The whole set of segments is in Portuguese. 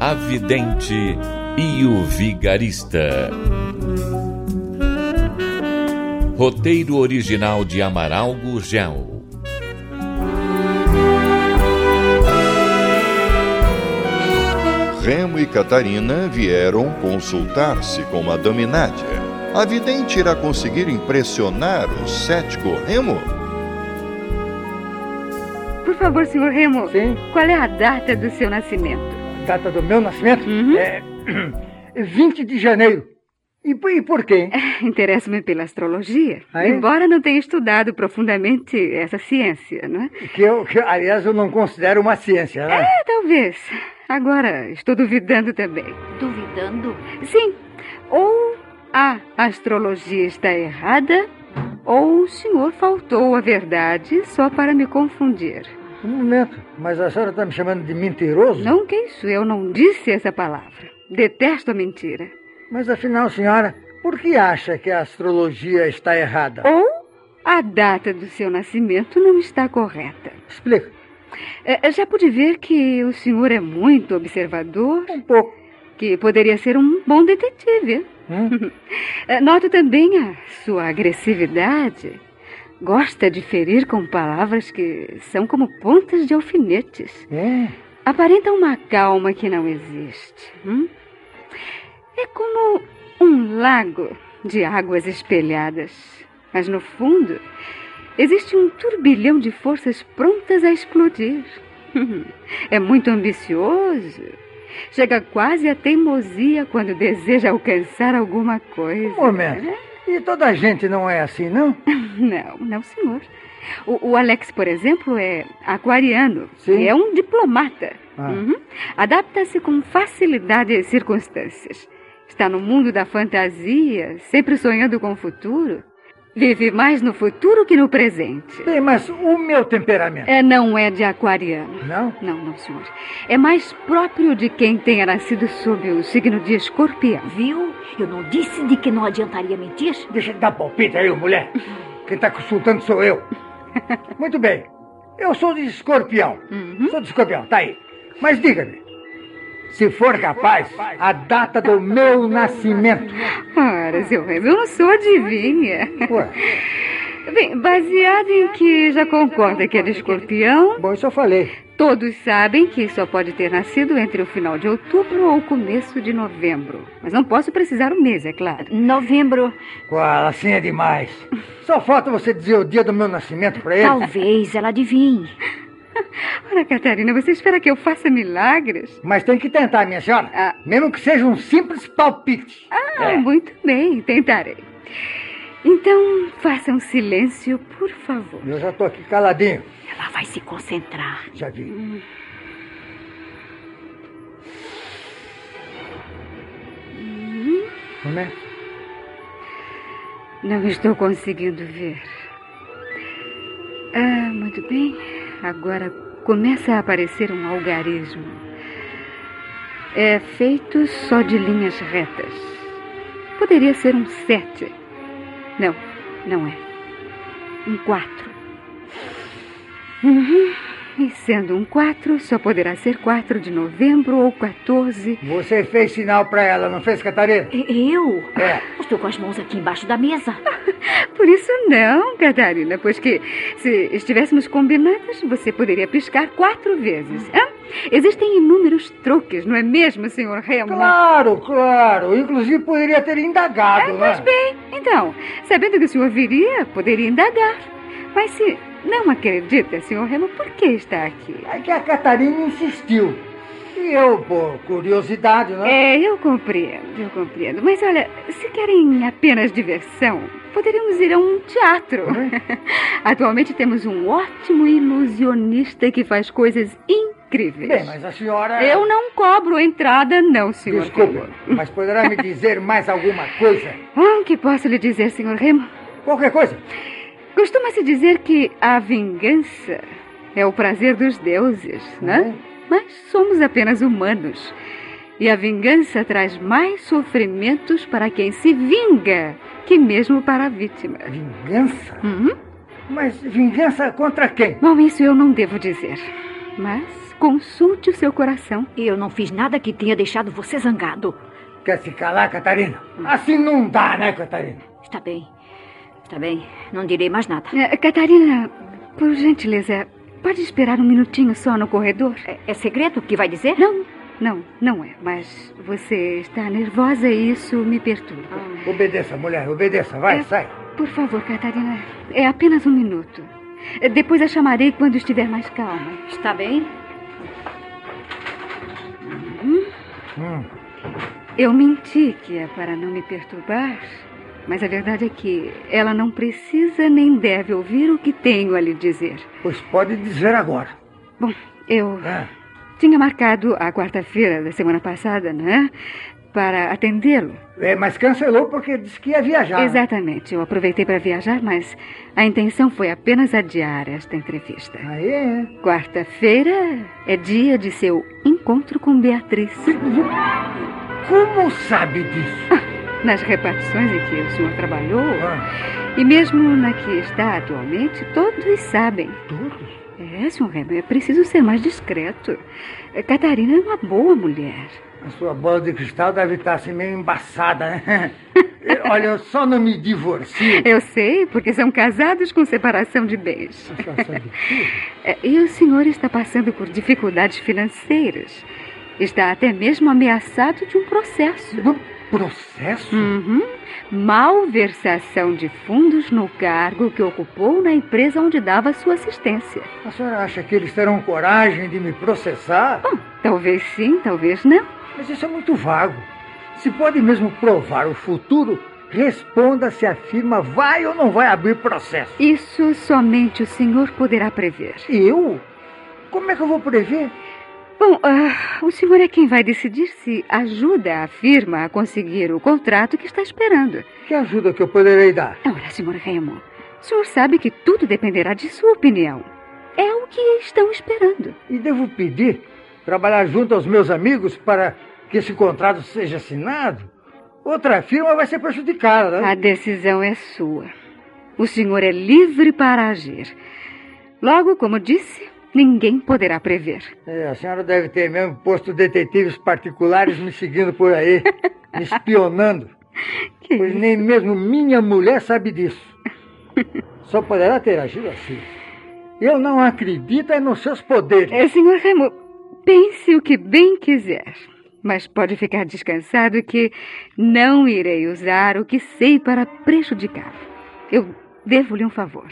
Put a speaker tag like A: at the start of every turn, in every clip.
A: A Vidente e o Vigarista. Roteiro original de Amaral Gurgel.
B: Remo e Catarina vieram consultar-se com Madame Nádia. A vidente irá conseguir impressionar o cético Remo?
C: Por favor, senhor Remo,
D: Sim.
C: qual é a data do seu nascimento?
D: Data do meu nascimento
C: Uhum.
D: é 20 de janeiro. E, por- e por quê? hein?
C: Interesso-me pela astrologia,
D: Ah, é?
C: embora não tenha estudado profundamente essa ciência, não é?
D: Que eu, que, aliás, eu não considero uma ciência, né?
C: É, talvez. Agora estou duvidando também.
E: Duvidando?
C: Sim, ou a astrologia está errada, ou o senhor faltou a verdade só para me confundir.
D: Um momento, mas a senhora está me chamando de mentiroso?
C: É. Não que isso, eu não disse essa palavra. Detesto a mentira.
D: Mas afinal, senhora, por que acha que a astrologia está errada?
C: Ou a data do seu nascimento não está correta.
D: Explica,
C: É, já pude ver que o senhor é muito observador,
D: um pouco.
C: que poderia ser um bom detetive.
D: Hum?
C: É, Noto também a sua agressividade. Gosta de ferir com palavras que são como pontas de alfinetes.
D: Hum.
C: Aparenta uma calma que não existe. hum? É como um lago de águas espelhadas. Mas no fundo, existe um turbilhão de forças prontas a explodir. É muito ambicioso. Chega quase à teimosia quando deseja alcançar alguma coisa. É?
D: Um momento. E toda a gente não é assim, não?
C: Não, não, senhor. O, o Alex, por exemplo, é aquariano.
D: Sim.
C: É um diplomata.
D: Ah.
C: Uhum. Adapta-se com facilidade às circunstâncias. Está no mundo da fantasia, sempre sonhando com o futuro. Vive mais no futuro que no presente.
D: Bem, mas o meu temperamento.
C: É, não é de aquariano.
D: Não?
C: Não, não, senhor. É mais próprio de quem tenha nascido sob o signo de escorpião.
E: Viu? Eu não disse de que não adiantaria mentir?
D: Deixa de dar palpite aí, mulher. Quem tá consultando sou eu. Muito bem. Eu sou de escorpião. Sou de escorpião, tá aí. Mas diga-me, se for capaz, a data do meu nascimento.
C: Ora, seu Remo, eu não sou adivinha.
D: Ué,
C: Bem, baseado em que já concorda que é de escorpião,
D: bom, isso eu falei.
C: todos sabem que só pode ter nascido entre o final de outubro ou o começo de novembro. Mas não posso precisar o mês, é claro.
E: Novembro.
D: Qual, assim é demais. Só falta você dizer o dia do meu nascimento
C: É.
D: pra ele.
E: Talvez ela adivinhe.
C: Ora, Catarina, você espera que eu faça milagres?
D: Mas tem que tentar, minha senhora.
C: Ah.
D: Mesmo que seja um simples palpite.
C: Ah,
D: É.
C: muito bem, tentarei. Então, faça um silêncio, por favor.
D: Eu já tô aqui caladinho.
E: Ela vai se concentrar.
D: Já vi. Como é?
C: Não estou conseguindo ver. Ah, muito bem. Agora começa a aparecer um algarismo. É feito só de linhas retas. Poderia ser um sete. Não, não é. Um quatro. Uhum. E sendo um quatro, só poderá ser 4 de novembro ou 14.
D: Você fez sinal pra ela, não fez, Catarina?
E: E- Eu?
D: É.
E: Estou com as mãos aqui embaixo da mesa.
C: Por isso não, Catarina, pois que se estivéssemos combinadas, você poderia piscar quatro vezes. hã? Existem inúmeros truques, não é mesmo, senhor Remo?
D: Claro, claro. Inclusive poderia ter indagado, né?
C: É, Mas bem, então, sabendo que o senhor viria, poderia indagar. Mas se não acredita, senhor Remo, por que está aqui?
D: É que a Catarina insistiu. E eu, por curiosidade, né?
C: É, eu compreendo, eu compreendo. Mas olha, se querem apenas diversão, poderíamos ir a um teatro. Atualmente temos um ótimo ilusionista que faz coisas incríveis. incríveis.
D: Bem, mas a senhora.
C: Eu não cobro entrada, não, senhor.
D: Desculpa, mas poderá me dizer mais alguma coisa?
C: Ah, que posso lhe dizer, senhor Remo?
D: Qualquer coisa?
C: Costuma-se dizer que a vingança é o prazer dos deuses, né? Mas somos apenas humanos. E a vingança traz mais sofrimentos para quem se vinga que mesmo para a vítima.
D: Vingança?
C: Uhum.
D: Mas vingança contra quem?
C: Bom, isso eu não devo dizer. Mas consulte o seu coração.
E: E eu não fiz nada que tenha deixado você zangado.
D: Quer se calar, Catarina?
C: Uhum.
D: Assim não dá, né, Catarina?
E: Está bem. Está bem. Não direi mais nada.
C: Eh, Catarina, por gentileza, pode esperar um minutinho só no corredor?
E: É, é segredo o que vai dizer?
C: Não, não, não é. Mas você está nervosa e isso me perturba.
D: Obedeça, mulher, obedeça. Vai,
C: É.
D: sai.
C: Por favor, Catarina, é apenas um minuto. Eh, Depois a chamarei quando estiver mais calma.
E: Está bem.
D: Hum.
C: Eu menti que é para não me perturbar, mas a verdade é que ela não precisa nem deve ouvir o que tenho a lhe dizer.
D: Pois pode dizer agora.
C: Bom, eu
D: Ah,
C: tinha marcado a quarta-feira da semana passada, né? Para atendê-lo.
D: É, mas cancelou porque disse que ia viajar.
C: Exatamente. Eu aproveitei para viajar, mas a intenção foi apenas adiar esta entrevista.
D: Aí é.
C: Quarta-feira é dia de seu encontro com Beatriz.
D: Como sabe disso?
C: Nas repartições em que o senhor trabalhou,
D: Ah,
C: e mesmo na que está atualmente, todos sabem.
D: todos?
C: É, senhor Remo, é preciso ser mais discreto. Eh, Catarina é uma boa mulher.
D: A sua bola de cristal deve estar assim meio embaçada, né? Olha, eu só não me divorcio.
C: Eu sei, porque são casados com separação de bens.
D: A senhora sabe tudo?
C: É, E o senhor está passando por dificuldades financeiras. Está até mesmo ameaçado de um processo.
D: Do processo?
C: Uhum. Malversação de fundos no cargo que ocupou na empresa onde dava sua assistência.
D: A senhora acha que eles terão coragem de me processar?
C: Talvez sim, talvez não.
D: Mas isso é muito vago. Se pode mesmo provar o futuro, responda se a firma vai ou não vai abrir processo.
C: Isso somente o senhor poderá prever.
D: Eu? Como é que eu vou prever?
C: Bom, ah, o senhor é quem vai decidir se ajuda a firma a conseguir o contrato que está esperando.
D: Que ajuda que eu poderei dar?
C: Ora, senhor Remo, o senhor sabe que tudo dependerá de sua opinião. É o que estão esperando.
D: E devo pedir trabalhar junto aos meus amigos para que esse contrato seja assinado? Outra firma vai ser prejudicada, né?
C: A decisão é sua. O senhor é livre para agir. Logo, como disse, ninguém poderá prever.
D: É, a senhora deve ter mesmo posto detetives particulares me seguindo por aí, me espionando.
C: Que
D: Pois
C: isso?
D: nem mesmo minha mulher sabe disso. Só poderá ter agido assim. Eu não acredito é nos seus poderes.
C: É, senhor Remo, pense o que bem quiser. Mas pode ficar descansado que não irei usar o que sei para prejudicá-lo. Eu devo-lhe um favor.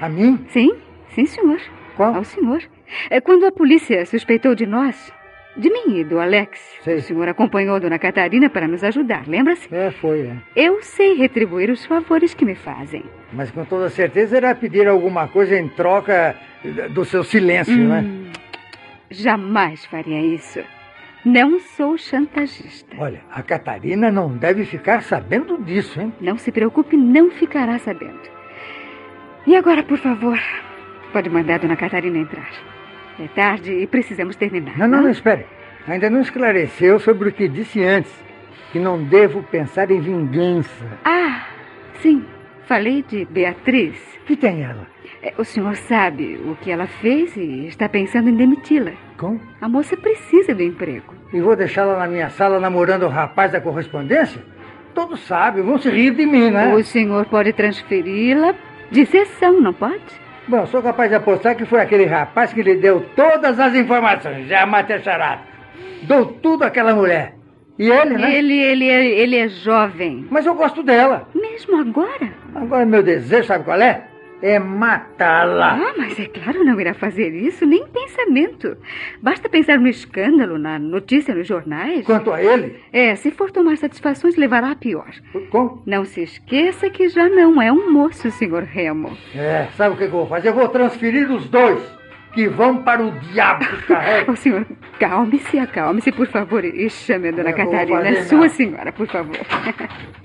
D: A mim?
C: Sim, sim, senhor.
D: Qual?
C: Ao senhor. É, Quando a polícia suspeitou de nós, de mim e do Alex,
D: Sei.
C: o senhor acompanhou a dona Catarina para nos ajudar, lembra-se?
D: É, foi, é.
C: Eu sei retribuir os favores que me fazem.
D: Mas com toda certeza irá pedir alguma coisa em troca eh, do seu silêncio, né?
C: Hum, jamais faria isso. Não sou chantagista.
D: Olha, a Catarina não deve ficar sabendo disso, hein?
C: Não se preocupe, não ficará sabendo. E agora, por favor, pode mandar a dona Catarina entrar. É tarde e precisamos terminar.
D: Não, não, não, espere. Ainda não esclareceu sobre o que disse antes. Que não devo pensar em vingança.
C: Ah, sim, falei de Beatriz.
D: Que tem ela?
C: É, O senhor sabe o que ela fez e está pensando em demiti-la.
D: Com?
C: A moça precisa do emprego.
D: E vou deixá-la na minha sala namorando o rapaz da correspondência? Todos sabem, vão se rir de mim, né?
C: O senhor pode transferi-la de sessão, não pode?
D: Bom, sou capaz de apostar que foi aquele rapaz que lhe deu todas as informações. Já matei charada. Dou tudo àquela mulher. E ele, né?
C: Ele, ele, é- ele é jovem.
D: Mas eu gosto dela.
C: Mesmo agora?
D: Agora meu desejo, sabe qual é? É matá-la.
C: Ah, mas é claro, não irá fazer isso, nem pensamento. Basta pensar no escândalo, na notícia nos jornais.
D: Quanto a ele,
C: É, se for tomar satisfações, levará a pior.
D: com...
C: Não se esqueça que já não é um moço, senhor Remo.
D: É, sabe o que que eu vou fazer? Eu vou transferir os dois. que vão para o diabo, carrega.
C: Ô, senhor, calme-se, acalme-se, por favor, e chame a dona
D: Eu vou
C: Catarina.
D: fazer
C: É sua
D: nada.
C: senhora, por favor.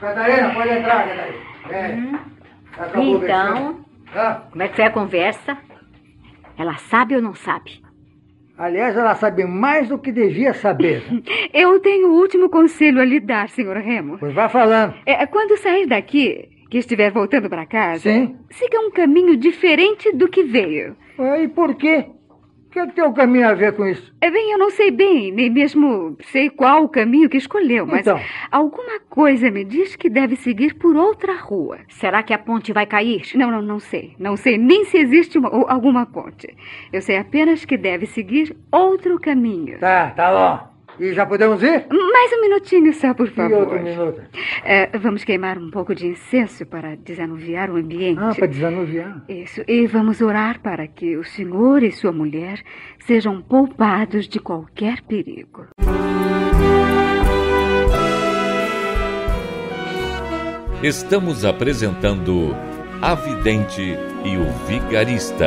D: Catarina, pode entrar, Catarina. É. Acabou o
E: Então?
D: vexame. Ah,
E: Como é que foi a conversa? Ela sabe ou não sabe?
D: aliás, ela sabe mais do que devia saber.
C: Eu tenho o último conselho a lhe dar, senhor Remo.
D: Pois vai falando.
C: É, quando sair daqui, que estiver voltando para casa,
D: Sim.
C: siga um caminho diferente do que veio.
D: E por quê? O que, é que tem o caminho a ver com isso?
C: É bem, eu não sei bem, nem mesmo sei qual o caminho que escolheu, mas
D: Então.
C: alguma coisa me diz que deve seguir por outra rua.
E: Será que a ponte vai cair?
C: Não, não, não sei. Não sei nem se existe uma, ou alguma ponte. Eu sei apenas que deve seguir outro caminho.
D: Tá, tá bom. Tá E já podemos ir?
C: Mais um minutinho só, por
D: E
C: favor.
D: outro minuto.
C: É, vamos queimar um pouco de incenso para desanuviar o ambiente.
D: Ah, para desanuviar.
C: Isso, e vamos orar para que o senhor e sua mulher sejam poupados de qualquer perigo.
A: Estamos apresentando A Vidente e o Vigarista.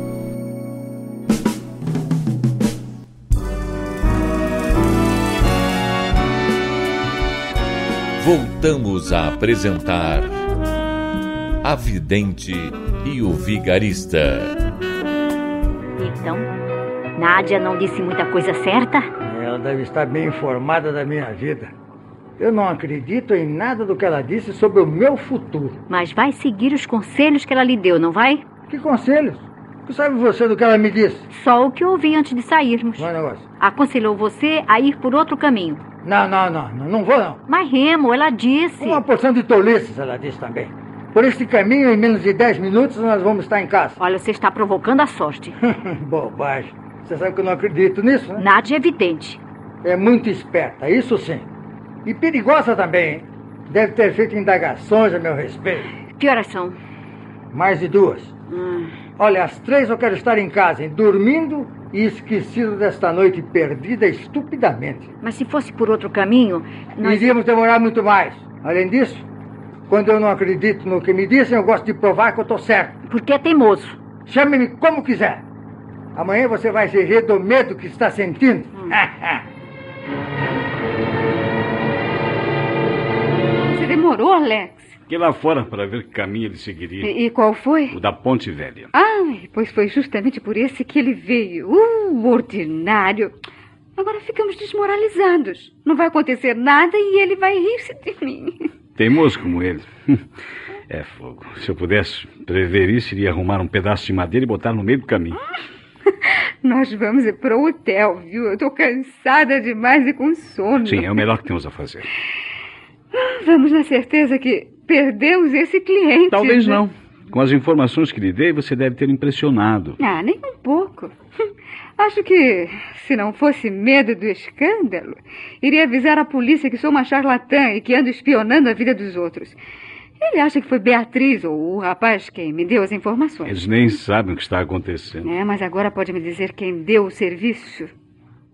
A: Voltamos a apresentar A Vidente e o Vigarista.
E: Então, Nádia não disse muita coisa certa?
D: Ela deve estar bem informada da minha vida. Eu não acredito em nada do que ela disse sobre o meu futuro.
E: Mas vai seguir os conselhos que ela lhe deu, não vai?
D: Que conselhos? Que sabe você do que ela me disse?
E: Só o que eu ouvi antes de sairmos.
D: Não é negócio.
E: Aconselhou você a ir por outro caminho.
D: Não, não, não, não, não vou não.
E: Mas Remo, ela disse.
D: Uma porção de tolices, ela disse também. Por este caminho, em menos de 10 minutos, nós vamos estar em casa.
E: Olha, você está provocando a sorte.
D: Bobagem. Você sabe que eu não acredito nisso, né?
E: Nádia é vidente.
D: É muito esperta, isso sim. E perigosa também, hein? Deve ter feito indagações a meu respeito.
E: Que horas são?
D: Mais de duas.
E: Hum,
D: Olha, às três eu quero estar em casa, hein, dormindo e esquecido desta noite perdida estupidamente.
E: mas se fosse por outro caminho, nós...
D: Iríamos demorar muito mais. Além disso, quando eu não acredito no que me dizem, eu gosto de provar que eu estou certo.
E: Porque é teimoso.
D: Chame-me como quiser. Amanhã você vai se rir do medo que está sentindo.
C: Você demorou, Alex?
F: Fiquei lá fora para ver que caminho ele seguiria.
C: E, e qual foi?
F: O da Ponte Velha.
C: Ai, pois foi justamente por esse que ele veio. Uh, ordinário. Agora ficamos desmoralizados. Não vai acontecer nada e ele vai rir-se de mim.
F: Teimoso como ele. É fogo. Se eu pudesse prever isso, iria arrumar um pedaço de madeira e botar no meio do caminho.
C: Nós vamos ir pro hotel, viu? Eu tô cansada demais e com sono.
F: Sim, é o melhor que temos a fazer.
C: Vamos na certeza que perdemos esse cliente.
F: Talvez
C: né?
F: não. Com as informações que lhe dei, você deve ter impressionado.
C: Ah, nem um pouco. Acho que, se não fosse medo do escândalo, iria avisar a polícia que sou uma charlatã e que ando espionando a vida dos outros. Ele acha que foi Beatriz ou o rapaz quem me deu as informações.
F: Eles nem sabem o que está acontecendo.
C: É, mas agora pode me dizer quem deu o serviço?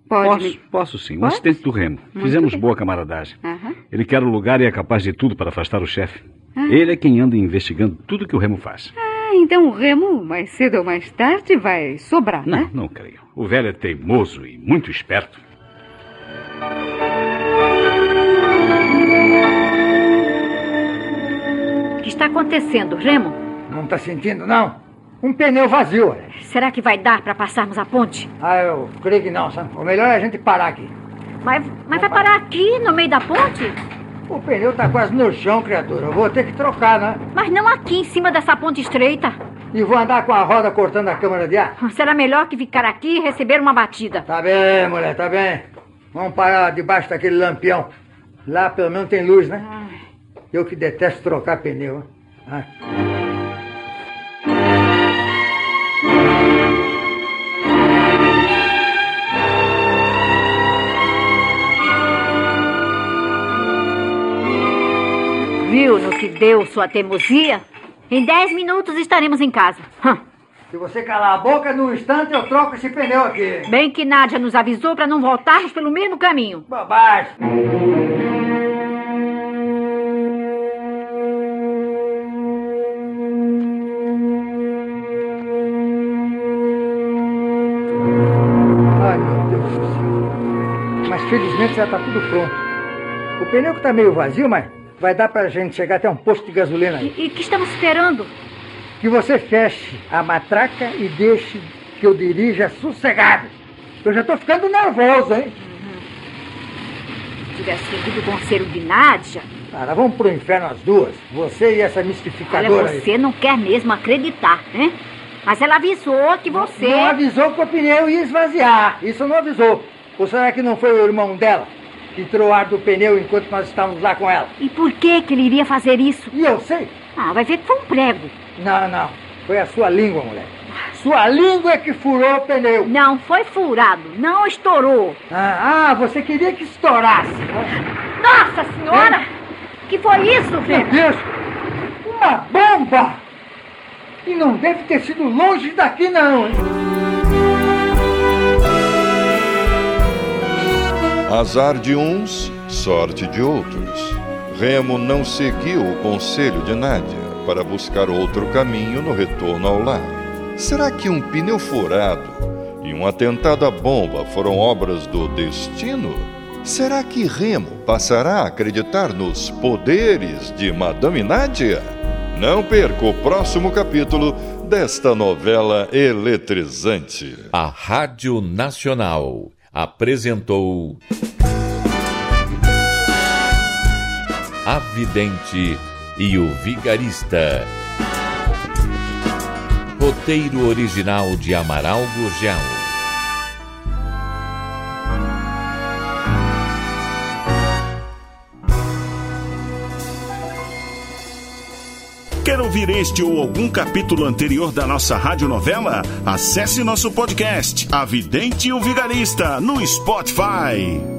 C: Pode
F: Posso,
C: me...
F: posso sim. O
C: Pode?
F: assistente do Remo.
C: Muito
F: Fizemos
C: bem.
F: boa camaradagem.
C: Aham.
F: Ele quer o lugar e é capaz de tudo para afastar o chefe. Ele é quem anda investigando tudo que o Remo faz.
C: Ah, então o Remo, mais cedo ou mais tarde, vai sobrar,
F: Não,
C: né?
F: não creio. O velho é teimoso e muito esperto.
E: O que está acontecendo, Remo?
D: Não está sentindo, não? Um pneu vazio, olha.
E: Será que vai dar para passarmos a ponte?
D: Ah, eu creio que não, sabe? O melhor é a gente parar aqui.
E: Mas, mas vai parar aqui, no meio da ponte?
D: O pneu tá quase no chão, criatura. Eu vou ter que trocar, né?
E: Mas não aqui, em cima dessa ponte estreita.
D: E vou andar com a roda cortando a câmara de ar.
E: Será melhor que ficar aqui e receber uma batida.
D: Tá bem, mulher, tá bem. Vamos parar debaixo daquele lampião. Lá pelo menos tem luz, né? Eu que detesto trocar pneu. hein? Ah.
E: Viu no que deu sua teimosia? Em 10 minutos estaremos em casa. Hum, Hã,
D: Se você calar a boca num instante, eu troco esse pneu aqui.
E: Bem que Nádia nos avisou para não voltarmos pelo mesmo caminho.
D: Bobagem. Ai, meu Deus do céu. Mas felizmente já tá tudo pronto. O pneu que tá meio vazio, mas vai dar pra gente chegar até um posto de gasolina aí.
E: E, e que estamos esperando?
D: Que você feche a matraca e deixe que eu dirija sossegado. Eu já tô ficando nervoso, hein?
E: Se tivesse seguido o conselho de Nádia,
D: Cara, vamos pro inferno as duas. Você e essa
E: olha,
D: mistificadora Tá aí.
E: você não quer mesmo acreditar, hein? Mas ela avisou que você.
D: Não avisou que o pneu ia esvaziar. Isso não avisou. Ou será que não foi o irmão dela que tirou o ar do pneu enquanto nós estávamos lá com ela?
E: E por que que ele iria fazer isso?
D: E eu sei.
E: Ah, vai ver que foi um prego.
D: Não, não. Foi a sua língua, mulher. Sua língua é que furou o pneu.
E: Não, foi furado, não estourou.
D: Ah, ah, você queria que estourasse.
E: Nossa senhora!
D: É?
E: Que foi isso,
D: Meu
E: Fred?
D: Deus! Uma bomba! E não deve ter sido longe daqui, não. hein?
B: Azar de uns, sorte de outros. Remo não seguiu o conselho de Nádia para buscar outro caminho no retorno ao lar. Será que um pneu furado e um atentado à bomba foram obras do destino? Será que Remo passará a acreditar nos poderes de Madame Nádia? Não perca o próximo capítulo desta novela eletrizante.
A: A Rádio Nacional apresentou A Vidente e o Vigarista. Roteiro original de Amaral Gurgel.
G: Quer ouvir este ou algum capítulo anterior da nossa radionovela? Acesse nosso podcast, A Vidente e o Vigarista, no Spotify.